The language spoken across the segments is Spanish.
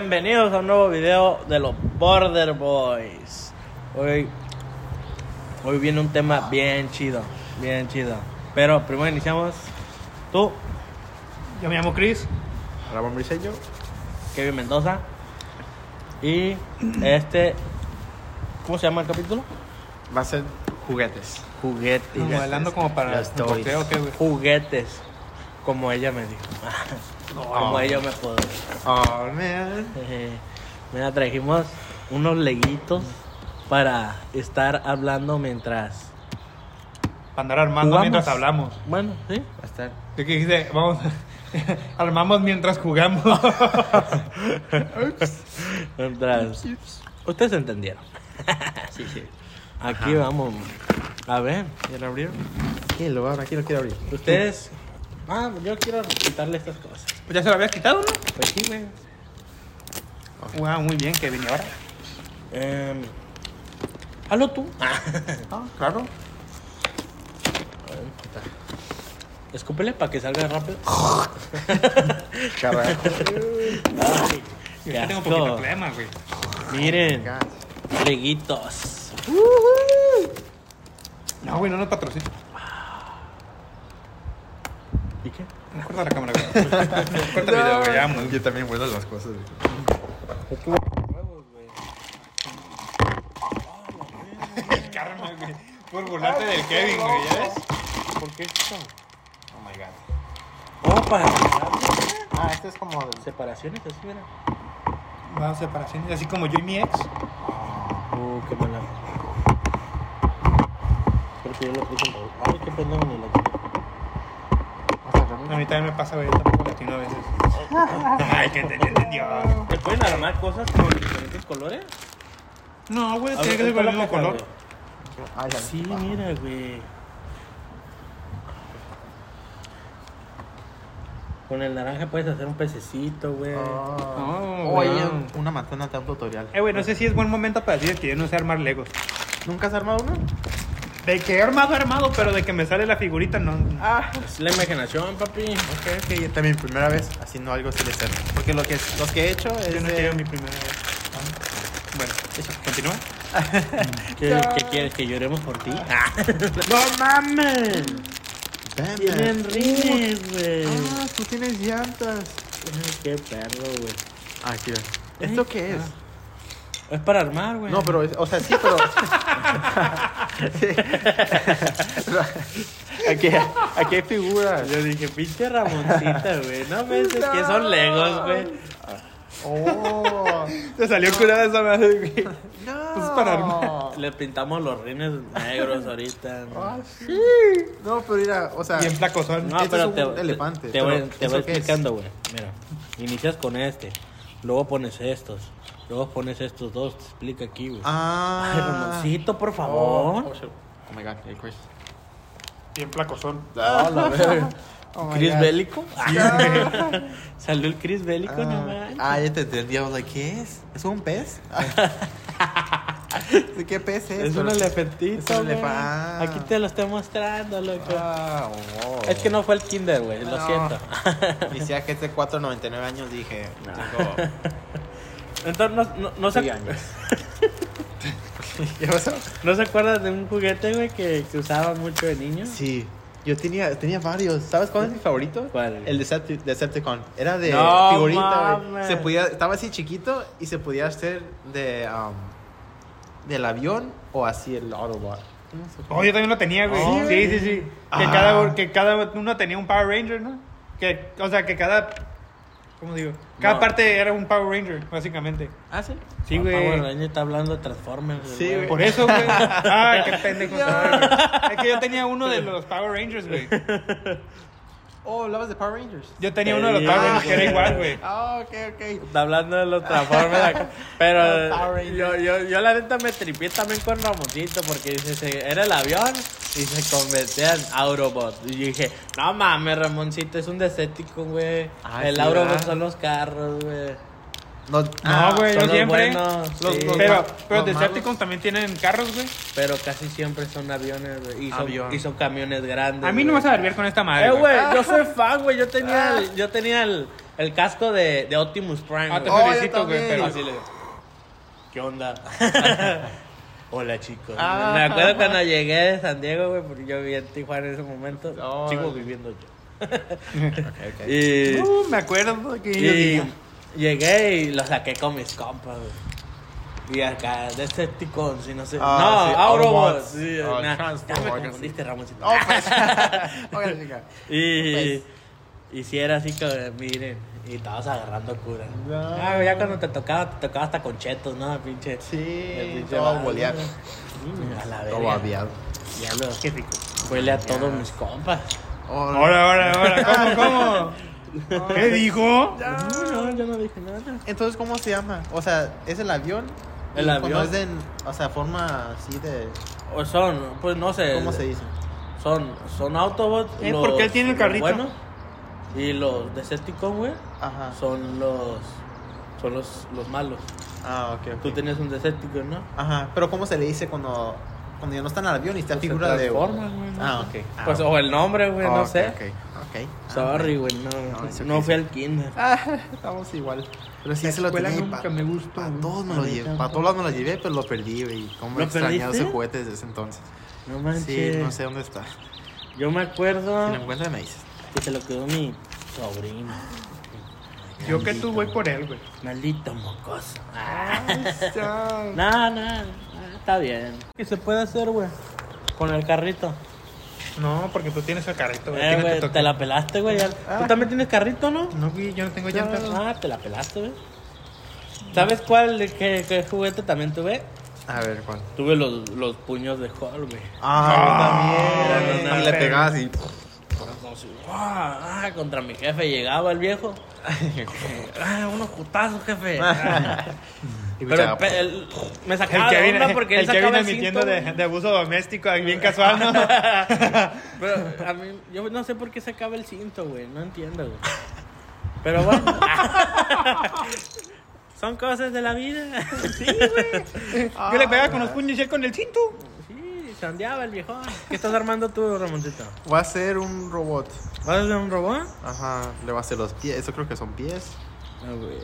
Bienvenidos a un nuevo video de los Border Boys. Hoy, hoy viene un tema bien chido, bien chido. Pero primero iniciamos. Tú, Yo me llamo Chris. Ramón Briseño. Kevin Mendoza. Y este, ¿cómo se llama el capítulo? Va a ser juguetes. Juguetes. Como bailando como para Los el toys. sorteo, ¿qué, güey? Juguetes. Como ella me dijo. Como ella me pudo. Oh, man. Eh, Mira, trajimos unos leguitos para estar hablando mientras. Para andar armando ¿Jugamos? mientras hablamos. Bueno, sí. Va a estar. ¿Tú qué dijiste? Vamos. Armamos mientras jugamos. Mientras. Ustedes entendieron. Sí, sí. Aquí vamos. A ver. ¿Ya lo abrió? Aquí lo abro, aquí lo quiero abrir. Ustedes. Ah, yo quiero quitarle estas cosas. ¿Ya se lo habías quitado, no? Pues sí, güey. Wow, muy bien, que venía ahora. Em, Hazlo tú. Ah, claro. Escúpele para que salga rápido. Carajo. Yo Qué ya tengo asco. poquito crema, güey. Miren, Gas. leguitos. No, güey, no nos patrocina. ¿Y qué? No corta la cámara, güey. Corta el video, güey. Vamos. Yo también vuelo las cosas. Karma, güey. Por burlarte del Kevin, güey, ¿ya ves? ¿Por qué esto? Oh my god. Opa, Ah, este es como del. Oh, separaciones así, mira. Vamos a separaciones, así como yo y mi ex. Uh, qué mala. Creo que yo lo puse en pausa. Ay, qué pendejo ni lo A mí también me pasa, güey. Yo tampoco latino a veces. Ay, que te entendió. ¿Te pueden armar cosas con diferentes colores? No, güey, tiene que ser con el mismo color. Ah, ya. Sí, mira, güey. Con el naranja puedes hacer un pececito, güey. Ah. No, Oye, no. una matona tan tutorial. Eh, güey, no sé si es buen momento para decir que yo no sé armar legos. ¿Nunca has armado una? De que he armado, he armado, pero de que me sale la figurita, no. Ah. Es la imaginación, papi. Ok, ok, yo también primera vez haciendo algo sin hacer. Porque lo que, los que he hecho es. Yo no de- quiero mi primera vez. Bueno, eso, continúa. ¿Qué, qué quieres? ¿Que lloremos por ti? Ah, ¡No mames! tienen rines, güey. Ah, tú tienes llantas. Ay, Qué perro, güey. Ah, aquí Ah, ves. ¿Esto qué es? Es para armar, güey. No, pero, es- o sea, sí, pero. Sí. aquí, aquí hay figuras. Yo dije, pinche Ramoncita, güey. No penses que son legos, güey. Oh. Te salió curada esa madre, güey. No. Pues para armar. Le pintamos los rines negros ahorita. Ah, sí. No, pero mira, o sea. Bien flacosón. No, Este pero es te, un te- elefante, te voy, pero te ¿eso voy qué es? explicando, güey. Mira, inicias con este, luego pones estos, luego pones estos dos, te explica aquí, güey. Ay, Ah. Ramoncito, por Oh, oh, favor. shit. Oh my god, hey, Chris. Bien flacosón. Ah, la verga. Oh my ¿Cris God. Bélico? Ah, Salió el Cris Bélico Ah, nomás. ah, ya te entendí. I was like, ¿qué es? ¿Es un pez? ¿De qué pez es? es un Pero- elefantito. es un güey. elefa- Aquí te lo estoy mostrando, loco. Ah, wow. Es que no fue el Kinder, güey, lo No. siento. Decía que es de 4.99 años, dije. Tengo. Entonces, no, no, no se, ¿Qué pasó? ¿no se acuerdan de un juguete, güey, que, que usaban mucho de niño? Sí. Yo tenía, tenía varios. ¿Sabes cuál es mi favorito? ¿Cuál? El Decepti- Decepticon. Era de No figurita, güey. mames. Se podía, estaba así chiquito y se podía hacer de um, del avión o así el Autobot. Oh, yo también lo tenía, güey. Oh, sí, güey. sí, sí. Que, Ah. cada, que cada uno tenía un Power Ranger, ¿no? Que, o sea, que cada. ¿Cómo digo? Cada No. parte era un Power Ranger, básicamente. ¿Ah, sí? Sí, Ah, Power güey. Ranger está hablando de Transformers. Sí, güey. Por eso, güey. Ay, qué pendejo. estaba, güey. Es que yo tenía uno de los Power Rangers, güey. Oh, hablabas de Power Rangers. Yo tenía uno de los Power Rangers Ah, que era igual, güey. Ah, ok, ok. Está hablando de los Transformers acá. Pero Los Power Rangers. yo, yo, yo la neta me tripié también con Ramoncito porque dice, se- era el avión y se convertía en Autobot. Y yo dije, no mames, Ramoncito, es un desértico, güey. Ah, el sí, Aurobot ¿verdad? son los carros, güey. No, No, güey, son yo los siempre. buenos, Los- sí. los- pero ma- pero los Decepticons también tienen carros, güey. Pero casi siempre son aviones, güey. Y son, Avión. Ah, y son camiones grandes. A mí no me vas güey. a ver con esta madre. Eh, güey. güey, yo soy fan, güey. Yo tenía el, yo tenía el, El casco de, de Optimus Prime. Ah, te güey. Oh, yo felicito, güey, también. pero Así le digo, ¿Qué onda? Hola, chicos. Ah. Me acuerdo cuando llegué de San Diego, güey, porque yo vivía en Tijuana en ese momento. Oh. Sigo viviendo yo. Okay, okay. Y, Uh, me acuerdo que yo y dije, llegué y lo saqué con mis compas, güey. Y acá, de este ticón, si no sé. Ah, no, sí, Autobots. Autobots. sí, Ah, me- ya me Transformers. confundiste, Ramoncito. Oh, pues. Oiga, chica. Y, Pues. y si era así como, de, miren, y estabas agarrando cura. No. Ah, güey, ya cuando te tocaba, te tocaba hasta con chetos, ¿no? Pinche. El Sí, pinche todo vato. boleado. A la verga. Todo aviado. Diablo, qué rico. Huele a todos mis compas. Ahora, ahora, ahora, ¿cómo, cómo? ¿Qué dijo? No, yo no dije nada. Entonces, ¿cómo se llama? O sea, ¿es el avión? El Y avión. Cuando es de, o sea, forma así de... O son, pues no sé. ¿Cómo se dice? Son, son Autobots. Eh, los- ¿por qué él tiene el los carrito? buenos, y los Decepticons, güey, Ajá. son los, son los, los malos. Ah, ok, ok. Tú tenías un Decepticon, ¿no? Ajá, pero ¿cómo se le dice cuando, cuando ya no está en el avión y está Pues se figura de... transforma, güey, no Ah, sé. ok. Ah, Pues, ok. Ah, o el nombre, güey, no Ok, sé. ok, ok. Ah, Sorry, bueno. güey, no, No, no, it's okay. fui al kinder. Ah, estamos igual. Pero sí, ese lo escuela tenía y nunca pa- me gustó, pa' güey. todos me lo A mí llevé, para tampoco. todos lados me lo llevé, pero lo perdí, güey. ¿Cómo he ¿Lo extrañado perdiste? ese juguete desde ese entonces? No Sí, manches. Ah. no sé dónde está. Yo me acuerdo Si lo encuentras, me dices. que se lo quedó mi sobrino. Yo que tú voy por él, güey. Maldito mocoso. Ya. No, no, no, está bien. ¿Qué se puede hacer, güey? Con el carrito. No, porque tú tienes el carrito, güey. a ti Eh, no güey, toca. te la pelaste, güey. ya. Ah. Tú también tienes carrito, ¿no? No, güey, yo no tengo llantas. Ah, te la pelaste, güey. ¿Sabes cuál, de qué, qué juguete también tuve? A ver, ¿cuál? Tuve los, los puños de Hulk, güey. Ah, Ah, yo no, no, también. Y le pero- pegabas y... Como si, ¡guau! ah, contra mi jefe llegaba el viejo. Ah, unos putazos, jefe. Ah, Y Pero escuchaba, pe- él- me Ah, El sacaba que de viene, onda porque él el que viene sacaba el admitiendo cinto, de, güey. de abuso doméstico, ahí bien casual, ¿no? Pero a mí, yo no sé por qué sacaba el cinto, güey. No entiendo, güey. Pero bueno. Son cosas de la vida. Sí, güey. Yo le pegaba con los puños y él con el cinto. Sí, se ondeaba el viejón. ¿Qué estás armando tú, Ramoncito? Va a ser un robot. ¿Vas a hacer un robot? Ajá, le va a hacer los pies. Eso creo que son pies. No, güey.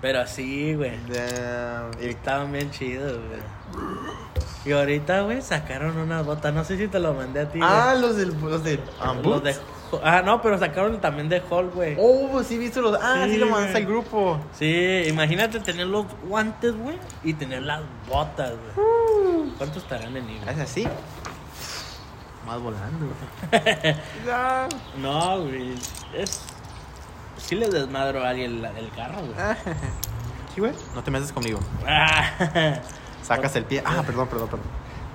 Pero sí, güey. Damn. Y- Estaban bien chidos, güey. Y ahorita, güey, sacaron unas botas. No sé si te lo mandé a ti. güey. Ah, los del... Los del... ah, Los boots. de Ho- Ah, no, pero sacaron también de Hall, güey. Oh, sí, viste los... Ah, sí, Sí, lo mandaste güey. al grupo. Sí, imagínate tener los guantes, güey, y tener las botas, güey. ¿Cuántos estarán en nivel? ¿Es así? Más volando. No, güey. Es. Sí le desmadro a alguien la- el carro, güey. Sí, güey. No te metas conmigo. Ah, Sacas el pie. Ah, perdón, perdón, perdón.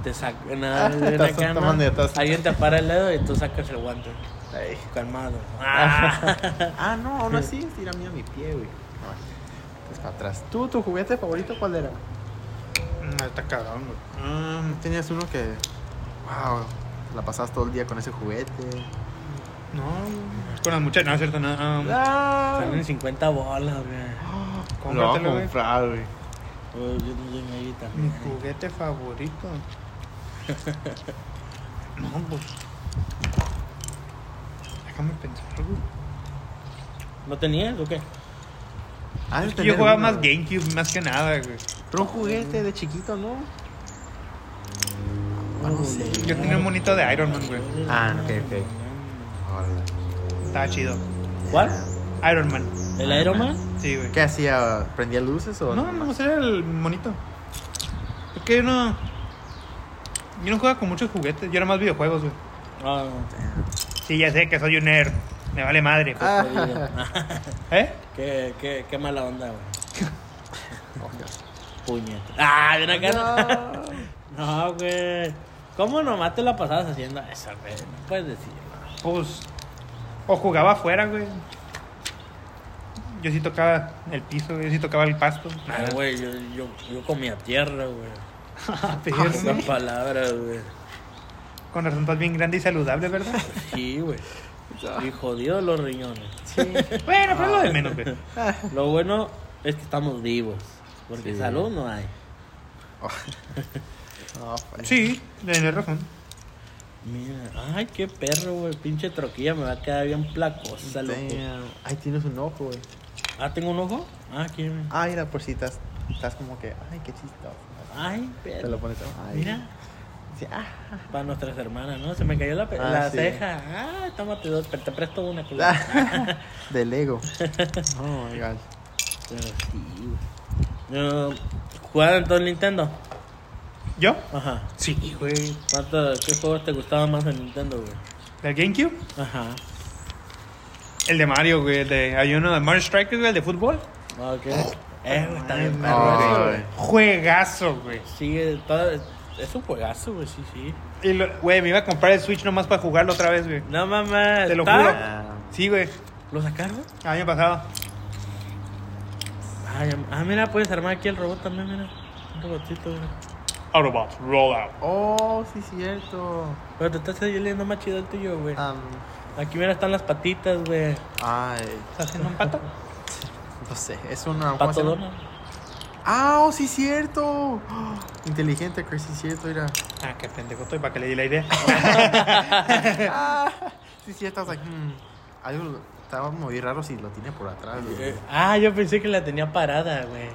te saca nada, güey, Estás la cama. tomando, estás- Alguien te para el dedo y tú sacas el guante. Calmado. Ah. Ah, no, aún así estira mío mi pie, güey. Ah, Es para atrás. ¿Tú, tu juguete favorito cuál era? No, Mm, está cagón, güey. Ah, tenías uno que. Wow. La pasabas todo el día con ese juguete. No, güey. con las muchachas, no es cierto, no. no. Salen 50 bolas, güey. Lo voy a Cómpratelo, güey. comprar, güey. Oh, yo no soy ahí Mi también. juguete favorito. No, pues. Déjame pensar, güey. Mm. ¿No tenías o qué? Ah, de Es que tener yo jugaba uno. más GameCube, más que nada, güey. Pero un juguete de chiquito, ¿no? Ah, no sé. Yo tenía un monito de Iron Man, güey. Ah, ok, ok. Hola. Estaba chido. ¿Cuál? Iron Man. ¿El Iron Man? Sí, güey. ¿Qué hacía? ¿Prendía luces o.? No, no, era el monito. Es que yo no. Yo no jugaba con muchos juguetes, yo era más videojuegos, güey. Ah, no. Sí, ya sé que soy un nerd. Me vale madre. pues. Ah. ¿Eh? qué, qué, qué mala onda, güey. Oh, Dios. Puñeta. Ah, ven acá. No, güey. ¿Cómo nomás te la pasabas haciendo eso, güey? No puedes decir. Pues. O jugaba afuera, güey. Yo sí tocaba el piso, yo sí tocaba el pasto. Ah, güey, yo, yo, yo comía tierra, güey. Ah, Esas perro. palabras, güey. Con razón estás bien grande y saludable, ¿verdad? Sí, güey. Y jodido los riñones. bueno, pero es lo Ah. de menos, güey. Lo bueno es que estamos vivos. Porque Sí. salud no hay. Oh. No, pues. Sí, tenés razón. Mira, ay, qué perro, güey. Pinche troquilla me va a quedar bien placosa, loco. Damn. Ahí tienes un ojo, güey. Ah, tengo un ojo. Ah, aquí. mira. Ah, mira, por si estás, estás como que, ay, qué chistoso. Ay, Te lo perro. pones, ay. Mira, Sí, ah. para nuestras hermanas, ¿no? Se me cayó la, pe- Ah, la sí. Ah. ceja. Ah, tómate dos, pero te presto una. culo. De Lego. Oh my gosh. Pero sí, güey. Eh, ¿Jugaron todo el Nintendo? ¿Yo? Ajá. Sí, güey. ¿Cuánto- ¿Qué juegos te gustaban más en Nintendo, güey? ¿Del GameCube? Ajá. El de Mario, güey. el de- hay uno de Mario Strikers, güey, el de fútbol. Ah, Ok. Oh, Eh, güey, está bien, perro. no, ese, güey. güey. Juegazo, güey. oh. Sigue todo. Es un juegazo, güey, sí, sí. Y lo- Güey, me iba a comprar el Switch nomás para jugarlo otra vez, güey. No mames. Te lo ¿está? juro. Damn. Sí, güey. ¿Lo sacaron? Año pasado. Ah, ya- ah, mira, puedes armar aquí el robot también, mira. Un robotito, güey. Autobots, rollout. Oh, sí, cierto. Pero te estás saliendo más chido el tuyo, güey. Um, Aquí, mira, están las patitas, güey. ay, ¿Estás haciendo un pato? no sé, es una. ¿cómo se llama? Patodona. Ah, oh, sí, cierto. Oh, inteligente, Chris, sí, cierto, mira. Ah, qué pendejo estoy, para que le di la idea. Ah, sí, sí, estás like, hmm, algo estaba muy raro si lo tiene por atrás. güey. Eh, Ah, yo pensé que la tenía parada, güey.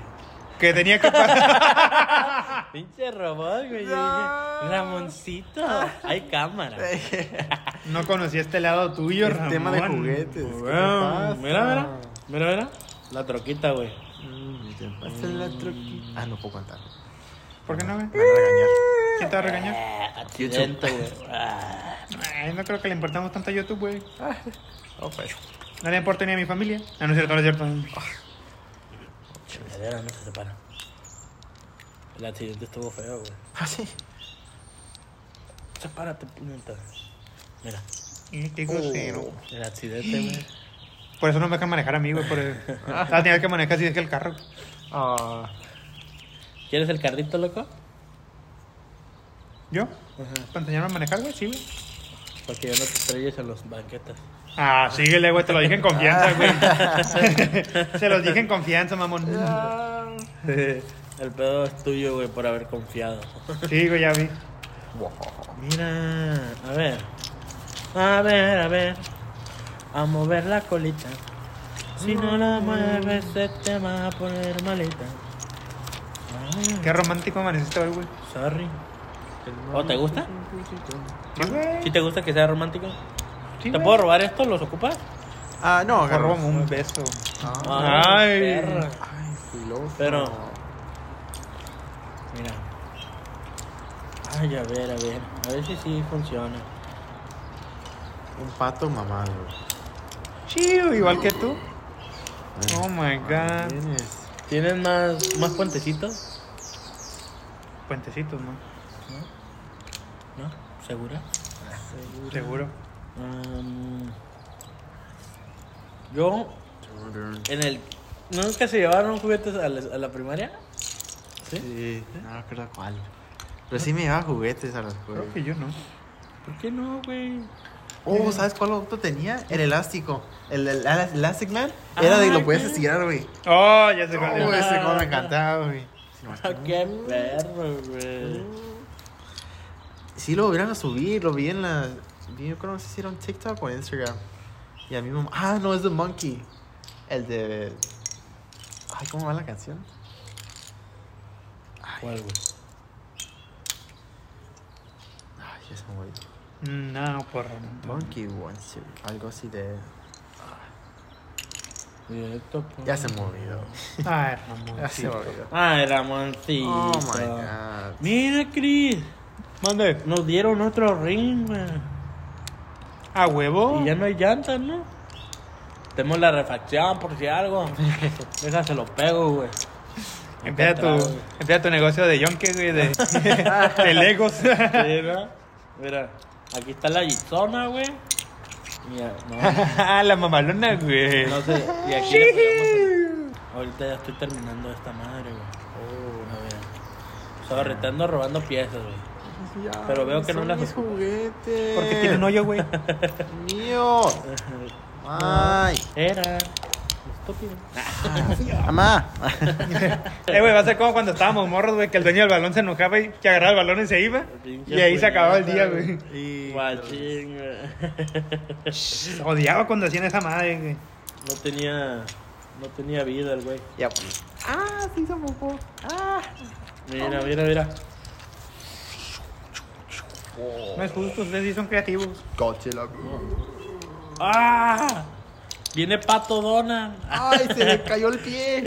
que tenía que pasar. Pinche robot, güey. Yo dije, No. Ramoncito, hay cámara. No conocía este lado tuyo, Es Ramón. tema de juguetes. ¿qué te Güey, pasa? Mira, mira. Mira, mira. La troquita, güey. Mm, te pasa la troqui- Ah, no puedo contar. ¿Por qué no, güey? Me van a regañar. ¿Quién te va a regañar? Ah, accidente, güey. Ah. Ay, no creo que le importamos tanto a YouTube, güey. Oh, pues. No le importa ni a mi familia. Ah, no es cierto, no es cierto. Chingadera, no se separa. El accidente estuvo feo, güey. Ah, sí. Sepárate, puñeta. Mira, Y qué grosero. el accidente, güey. Por eso no me dejan manejar a mí, güey. Por eso. Ah, tenía que manejar si es que el carro. Ah, ¿Quieres el carrito, loco? ¿Yo? ¿Para enseñarme a manejar, güey? Sí, güey. Porque yo no te estrelles en los banquetas. Ah, síguele, güey. Te lo dije en confianza, güey. Se los dije en confianza, mamón. El pedo es tuyo, güey, por haber confiado. Sí, güey, ya vi. wow. Mira, a ver. A ver, a ver. A mover la colita. Si no la mueves, se te va a poner malita. Ay, Qué romántico amaneciste hoy, güey. sorry. ¿O ¿Oh, te gusta? Sí, güey. ¿Sí te gusta que sea romántico? ¿Te Sí, güey. puedo robar esto? ¿Los ocupas? Ah, no, Te agarró. robo un beso. Ah, Ay. perra. ay, filoso. Pero- Mira. Ay, a ver, a ver. A ver si sí funciona. Un pato mamado. Chido, igual que tú. Ay, Oh my god. tienes. ¿Tienen más, más puentecitos? Puentecitos, ¿no? ¿No? ¿Segura? Seguro. Mm, yo, en el... ¿Nunca se llevaron juguetes a la, a la primaria? ¿Sí? Sí, no recuerdo cuál. Pero sí me llevaba juguetes a la escuela. Creo que yo no. ¿Por qué no, güey? Oh, ¿sabes cuál otro tenía? El elástico. El, el- el Elastic Man. Era de que Ah, lo podías ok. estirar, güey. Oh, ya sé Oh, cuál es. ese como me encantaba, güey. Ah, ¡Qué perro, güey! Sí lo volvieron a subir, lo vi en la... vi- Yo creo no sé si era un TikTok o en Instagram. Y a mí me... Ah, no, es The Monkey. El de... Ay, ¿cómo va la canción? ¿Cuál, güey? Ay, ya se me olvidó. Mm, No, por Monkey wants to... Algo así de... Directo, pues. Ya se me olvidó. Ay, Ramón. Ya se me olvidó. Ay, Ramoncito. Oh, my God. Ah, Mira, Chris. Mande. Nos dieron otro ring, güey. ¿A huevo? Y ya no hay llantas, ¿no? Tenemos la refacción por si algo. Déjase lo pego, güey. Empieza Acá atrás, tu, empieza tu negocio de yonke, güey, de, de legos. güey. Sí, ¿no? Mira, aquí está la Gizona, güey. Mira, no, Ah, la mamalona, güey. no sé. Y aquí la pegamos en- Ahorita ya estoy terminando esta madre, güey. Oh. A ver. Sorry, te ando robando piezas, güey. Ya, Pero veo que no son las mis ocupas. juguetes. Porque tiene un hoyo, güey. Mío. Ay. Era. Estúpido. Mamá. Eh, güey, va a ser como cuando estábamos morros, güey, que el dueño del balón se enojaba y que agarraba el balón y se iba. Pinche Y ahí se acababa el día, puñeta, güey. Y- Guachín, güey. Odiaba cuando hacían esa madre, güey. No tenía. No tenía vida el güey. Ya. Ah, sí se mojó. Ah. Mira, mira, mira. No es justo, ustedes sí son creativos. Cochela. ¡Ah! Viene Pato Donald. Ay, se le cayó el pie.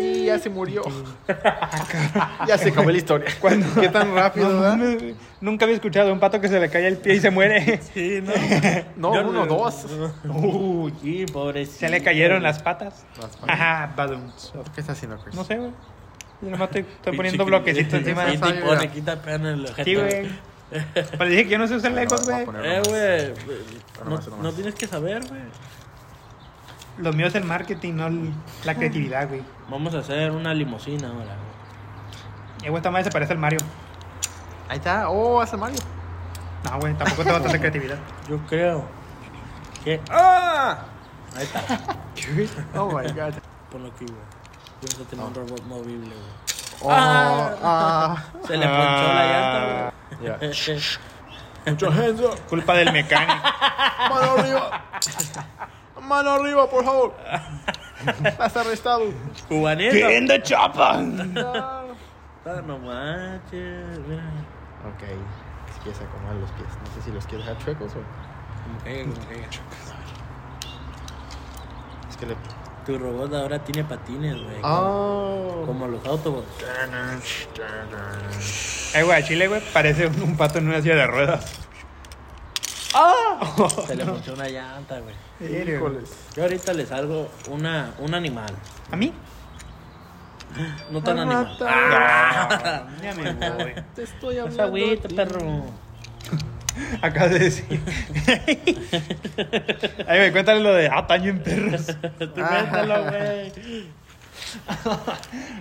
Y ya se murió. ya se acabó la historia. Cuando... Qué tan rápido, No, ¿verdad? mames, güey. Nunca había escuchado a un pato que se le cae el pie y se muere. Sí, ¿no? No, Yo- uno, dos. Uy, Sí, pobrecito. se le cayeron las patas. Las patas. Ajá, badum. ¿Qué está haciendo, Chris? No sé, güey. Yo nomás te estoy Pinche poniendo cri- bloquecitos encima de Y esa te pone, vibra. quita pena en el ojete. Sí, güey. Pero dije que yo no sé usar legos, Voy a güey. poner Eh, nomás. güey. No, nomás, nomás. no tienes que saber, güey. Lo mío es el marketing, no el- la creatividad, güey. Vamos a hacer una limusina ahora, güey. Y Eh, güey, esta madre se parece al Mario. Ahí está. Oh, hace Mario. No, güey, tampoco tengo tanta creatividad. Yo creo que. ¡Ah! Ahí está. Oh my god. Ponlo aquí, güey. Piénsate en Ah. un robot movible, güey. Oh, ah. Se le ponchó la llanta, Ya. güey. Mucho hands up. Culpa del mecánico. Mano arriba. Mano arriba, por favor. Estás arrestado. Cubanito. the chopper! Ah, No manches, mira. Ok. Si quieres acomodar los pies. No sé si los quieres dejar chuecos o. Como caiga, como caiga. Es que le. Tu robot ahora tiene patines, güey. Oh. Como los autobots. Ay, güey, a Chile, güey, parece un, un pato en una silla de ruedas. ¡Ah! Se le ponchó una llanta, güey. Híjoles. Yo ahorita les salgo una, un animal. ¿A mí? No tan animal. Rata. Ah, ya me voy. Te estoy Es hablando. agüita, a ti. perro. Acabas de decir. Ay, güey, cuéntale lo de ataño en perros. Tú Ah. cuéntalo, güey.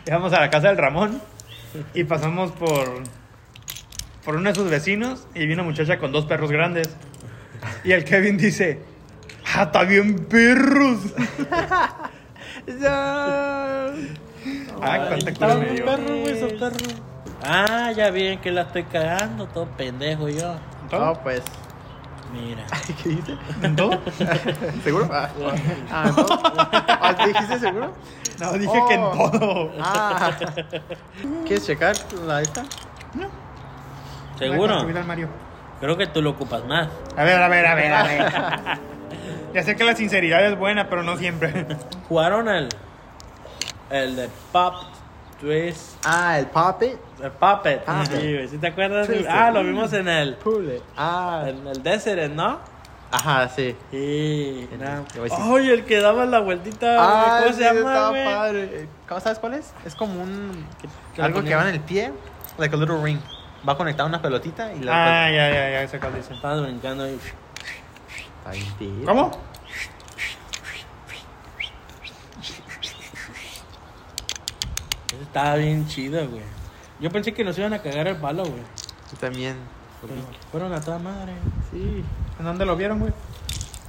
Íbamos a la casa del Ramón y pasamos por, por uno de sus vecinos y vi una muchacha con dos perros grandes. Y el Kevin dice, ¡Ah, está bien perros! Ah, Ay, cuánta cura Estaba Ah, me dio. un perro, güey, esos perros. Ah, ya bien que la estoy cagando, todo pendejo yo. No, ¿Todo? pues. Mira. ¿Qué dices? ¿En todo? ¿Seguro? Ah, ah, ¿no? Ah, ¿te dijiste seguro? No, dije que en Oh. todo. Ah. ¿Quieres checar la esta? Ay, Seguro. subir al Mario. Creo que tú lo ocupas más. A ver, a ver, a ver, a ver. Ya sé que la sinceridad es buena, pero no siempre. Jugaron el. El de Pop Twist. Ah, el puppet. El Puppet. Ah, sí, sí. güey, ¿sí te acuerdas? Sí, sí. Ah, lo vimos en el. Pule. Ah. En el Deseret, ¿no? Ajá, sí. Sí. nada. Yo voy a decir- Ay, el que daba la vueltita. güey, ¿Cómo Ah, sí, se llama, estaba güey? padre. Eh, ¿Cómo sabes cuál es? Es como un... que algo la que va en el pie. Like a little ring. Va conectado a una pelotita y la... Ah, ya, ya, ya, sé cuál dicen. Estabas brincando ahí. Está bien, tío. ¿Cómo? Eso estaba bien chido, güey. Yo pensé que nos iban a cagar el palo, güey. Yo también. Pero fueron a toda madre. Sí. ¿En dónde lo vieron, güey?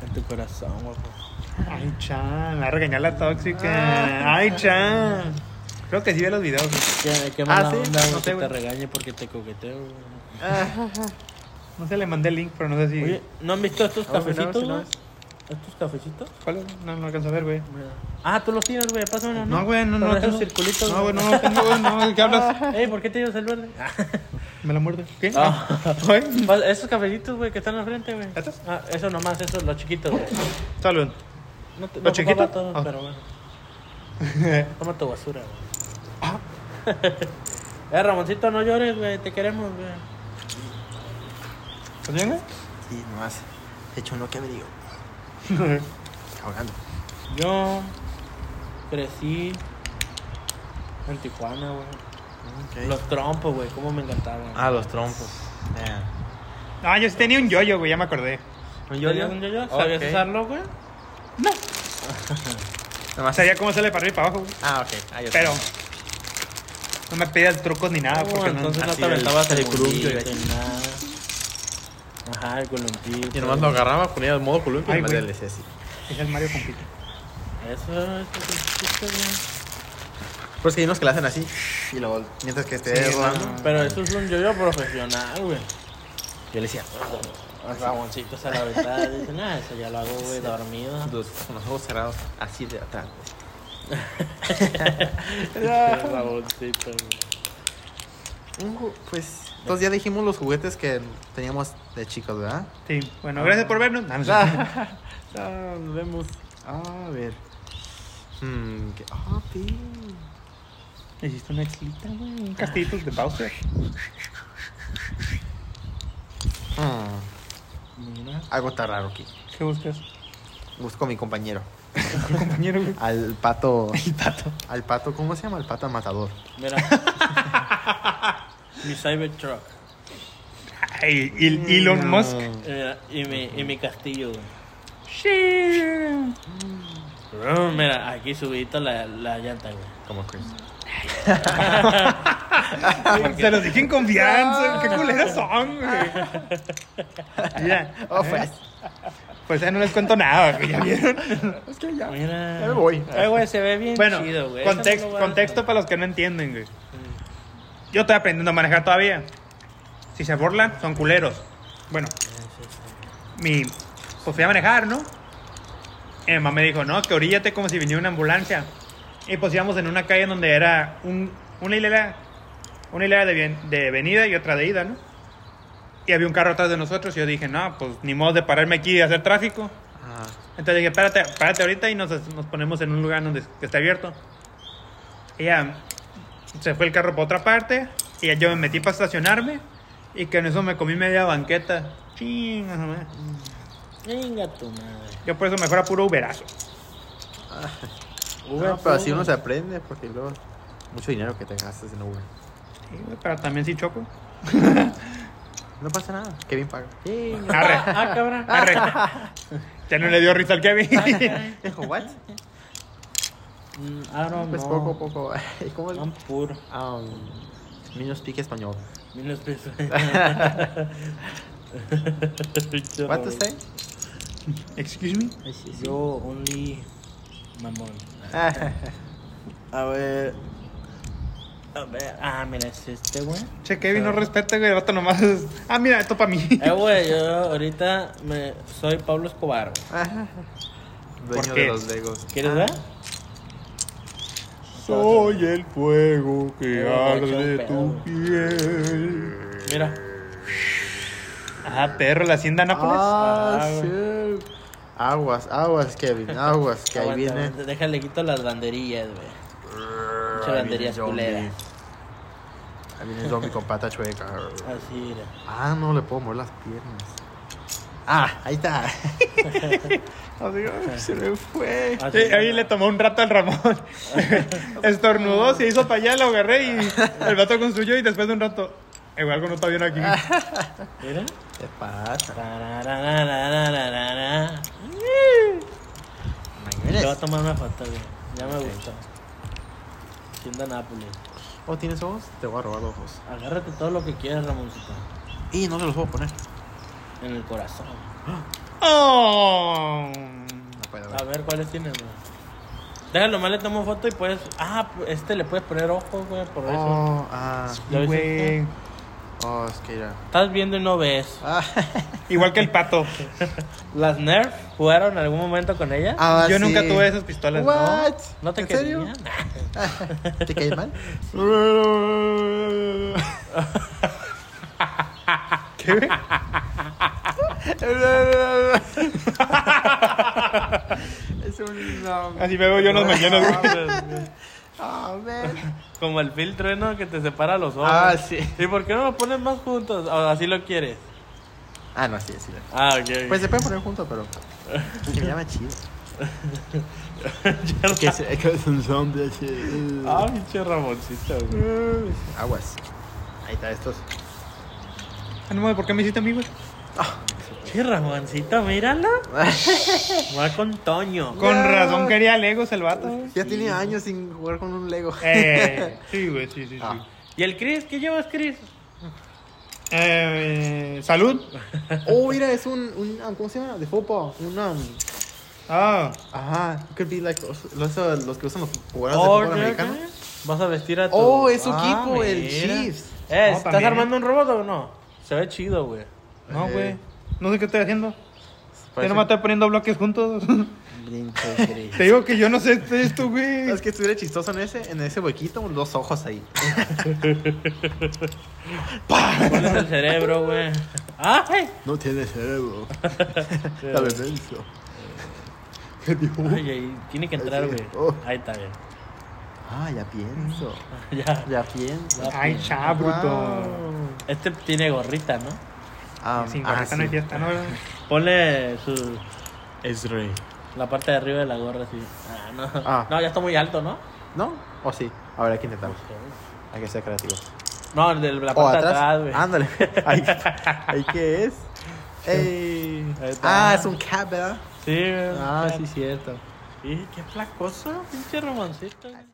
En tu corazón, güey. Ay, chan, me va a regañar la Ah. tóxica. Ay, chan. Creo que sí ve los videos. güey. Qué, qué mala Ah, sí, onda, güey, no sé, que te güey. regañe porque te coqueteo, güey. No se le mandé el link, pero no sé si. Oye, ¿no han visto estos Ah, bueno, cafecitos, sí, no güey? es. ¿Estos cafecitos? ¿Cuál es? No, no alcanzo a ver, güey. Ah, tú los tienes, güey. Pásamelo, ¿no? No, güey, no, no. Pero tengo- esos circulitos. No, Ah. güey, no, no tengo, güey, no. ¿de ¿Qué hablas? Ey, ¿por qué te llevas el verde? Me la muerde. ¿Qué? Ah. Ay. Pa- Esos cafecitos, güey, que están al frente, güey. ¿Estos? Ah, esos nomás, esos, los chiquitos, güey. Salud. No te, ¿Los no ocupaba chiquitos? todos, Ah. pero bueno. Toma tu basura, güey. Ah. eh, Ramoncito, no llores, güey. Te queremos, güey. ¿Estás bien, güey? Sí, nomás. De hecho, no que me digo. Ahogando. Yo crecí en Tijuana, güey. Ok. Los trompos, güey. Cómo me encantaban. Ah, los trompos. Yeah. Ah, yo sí tenía un yoyo, güey, ya me acordé. ¿Un ¿Tenías un yo-yo? ¿Sabías Ok. usarlo, güey? No. Nomás. Sabía cómo sale para arriba y para abajo, güey. Ah, ok. Ah, yo Pero. No me pedías trucos ni Oh, nada, Ah, porque no. entonces no así te el- aventabas el, el columpio y columpio ni nada. Ajá, el columpio. Y nomás lo agarraba, ponía el modo columpio Ay, y más güey. DLC así. Es el Mario Compito. Eso es lo que existe, güey. Pero es que hay unos que la hacen así y luego, mientras que esté Sí, rodando. no. Pero eso es un yo-yo profesional, güey. Yo le decía, Raboncitos a la ventana. Dicen, ah, eso ya lo hago, güey, dormido. los- con los ojos cerrados, así de atrás. Raboncito, güey. Un Uh, ju- Pues, entonces ya dijimos los juguetes que teníamos de chicos, ¿verdad? Sí, bueno, gracias por vernos. No, no sé. Ah, nos vemos. A ver. Hmm, que- ah, pi. Hiciste una exlita, güey. Un castillito de Bowser. Hmm, Mira. algo está raro aquí. ¿Qué buscas? Busco a mi compañero. Tu compañero, güey. Al pato. El pato. Al pato, ¿cómo se llama? Al pato matador. Mira. mi Cybertruck. Ay, el Elon No. Musk. Y, mira, Eh, y, mi, y mi castillo, güey. Sí. Brum, Mira, aquí subidita la, la llanta, güey. Como Chris. Se los dije en confianza. Qué culeras son, güey. Mira. Oh, pues. Pues ya no les cuento nada, güey. ¿Ya vieron? Es que ya. Mira. Ya me voy. Eh, güey, se ve bien Bueno, chido, güey. context- contexto para los que no entienden, güey. Yo estoy aprendiendo a manejar todavía. Si se burlan, son culeros. Bueno, mi. Pues fui a manejar, ¿no? Y mi mamá me dijo, no, que oríllate como si viniera una ambulancia. Y pues íbamos en una calle en donde era un- una hilera, una hilera de, bien- de venida y otra de ida, ¿no? Y había un carro atrás de nosotros y yo dije, no, pues ni modo de pararme aquí y hacer tráfico. Ah, Entonces dije, párate, párate ahorita y nos, nos ponemos en un lugar donde esté abierto. Ella se fue el carro para otra parte y ya yo me metí para estacionarme y que en eso me comí media banqueta. Ching, a su madre. Venga tu madre. yo por eso mejor a puro uberazo. Uber, no, pero así Uber. uno se aprende porque luego. Mucho dinero que te gastas en Uber. Sí, güey, pero también sí choco. No pasa nada. Kevin paga. Sí. Arre. Ah, cabrón. Arre. Ya no le dio risa al Kevin. Dijo, ¿what? Mm, I don't Pues know. poco a poco. ¿Cómo es? I'm poor. Ah, um, Niño speak español. Menos peso. What to say? Excuse me. Yo only mamón. A ver. A ver. Ah, mira, es este, güey. Che, Kevin, no respeta, güey. El vato nomás es- Ah, mira, esto para mí. Eh, güey, yo ahorita me... soy Pablo Escobar. güey. Dueño qué? de los legos. ¿Quieres ver? Soy el fuego que Eh, arde echa un tu pedo. piel. Mira. Ah, perro, la hacienda Nápoles. Ah, Ah, sí. Aguas, aguas, Kevin. Aguas, que ahí Aguanta, viene. aguanta, Déjale quito las banderillas, güey. Muchas Ahí banderías viene culeras. zombie. Ahí viene el zombie con pata chueca. Así, mira. Ah, no le puedo mover las piernas. Ah, ahí está. Adiós, se me fue. Así, Eh, ahí mira. le tomó un rato al Ramón. Estornudó, se hizo para allá, lo agarré y el vato construyó y después de un rato. eh, güey, algo no está bien aquí. Mira. ¿Qué pasa? Tararararararara. Te voy a tomar una foto, güey. Ya me gustó. Tienda Nápoles. ¿O Oh, tienes ojos? Te voy a robar los ojos. Agárrate todo lo que quieras, Ramoncito. Y no se los puedo poner. En el corazón. Oh. No puedo A ver. ver cuáles tienes, güey. Déjalo, más le tomo foto y puedes. Ah, este le puedes poner ojos, güey, por eso. Oh, ah. ¿Ya ves ¿eh? Güey. Oh, es que ya. Estás viendo y no ves. Ah, Igual que el pato. ¿Las Nerf jugaron en algún momento con ella? ah, Yo nunca sí. tuve esas pistolas. ¿no? What? ¿No te ¿En serio? querían? ¿Te caí mal? ¿Qué? güey? es un. um, Así me veo yo en las mañanas, güey. Ah, man. Como el filtro, ¿no? Que te separa los ojos. Ah, sí. ¿Y por qué no lo pones más juntos? ¿O así lo quieres? Ah, no, sí, sí. Ah, ok. ok. Pues se pueden poner juntos, pero. Se me llama chido. Es que es, es que es un zombie así. Ah, pinche Ramoncito, güey. Aguas. Ahí está, estos. Ah, no mames, ¿por qué me hiciste a mí, güey? Che, Ramoncito, míralo. Va con Toño. Con No. razón quería Legos el vato. güey. Ah. Ya tiene años sin jugar con un Lego. Eh, sí, güey, sí, sí, sí. Ah. ¿Y el Chris? ¿Qué llevas, Chris? Eh, salud. Eh, ah, Oh, mira, es un, un. um, ¿Cómo se llama? De fútbol. Un. um, Ah, Ajá, it could be like los, los, los que usan los jugadores de fútbol Order. americano. Vas a vestir a tu. Ah, Oh, es su equipo, el mira. Chiefs. No, Eh, ¿estás también. armando un robot o no? Se ve chido, güey. no, Eh. güey. No sé qué estoy haciendo. Yo Parece- nomás estoy poniendo bloques juntos. Te digo que yo no sé de esto, güey. Es que estuviera chistoso en ese, en ese huequito, dos ojos ahí. ¿Cuál es el cerebro, güey? Ah, ¡Ay! No tiene cerebro. La violencia. ¿Qué dijo? Ay, ay, tiene que entrar, güey. Oh. Ahí está bien. Ah, ya pienso. Ya. Ya pienso. Ay, cha, bruto. Wow. Este tiene gorrita, ¿no? Ah, Sin ah, gorrita no hay sí. fiesta, ¿no? verdad? Ponle su, Es rey. la parte de arriba de la gorra, sí. Ah, no. Ah. No, ya está muy alto, ¿no? ¿No? ¿O sí? A ver, hay que intentarlo. Hay que ser creativo. No, de la ¿O parte de atrás, atrás? Ah. güey. Ándale. Ahí, ahí qué es. Ey. Ahí está. Ah, es un cap, ¿verdad? Sí, güey. Ah, sí, cierto. Y qué flacoso, pinche romancito. güey.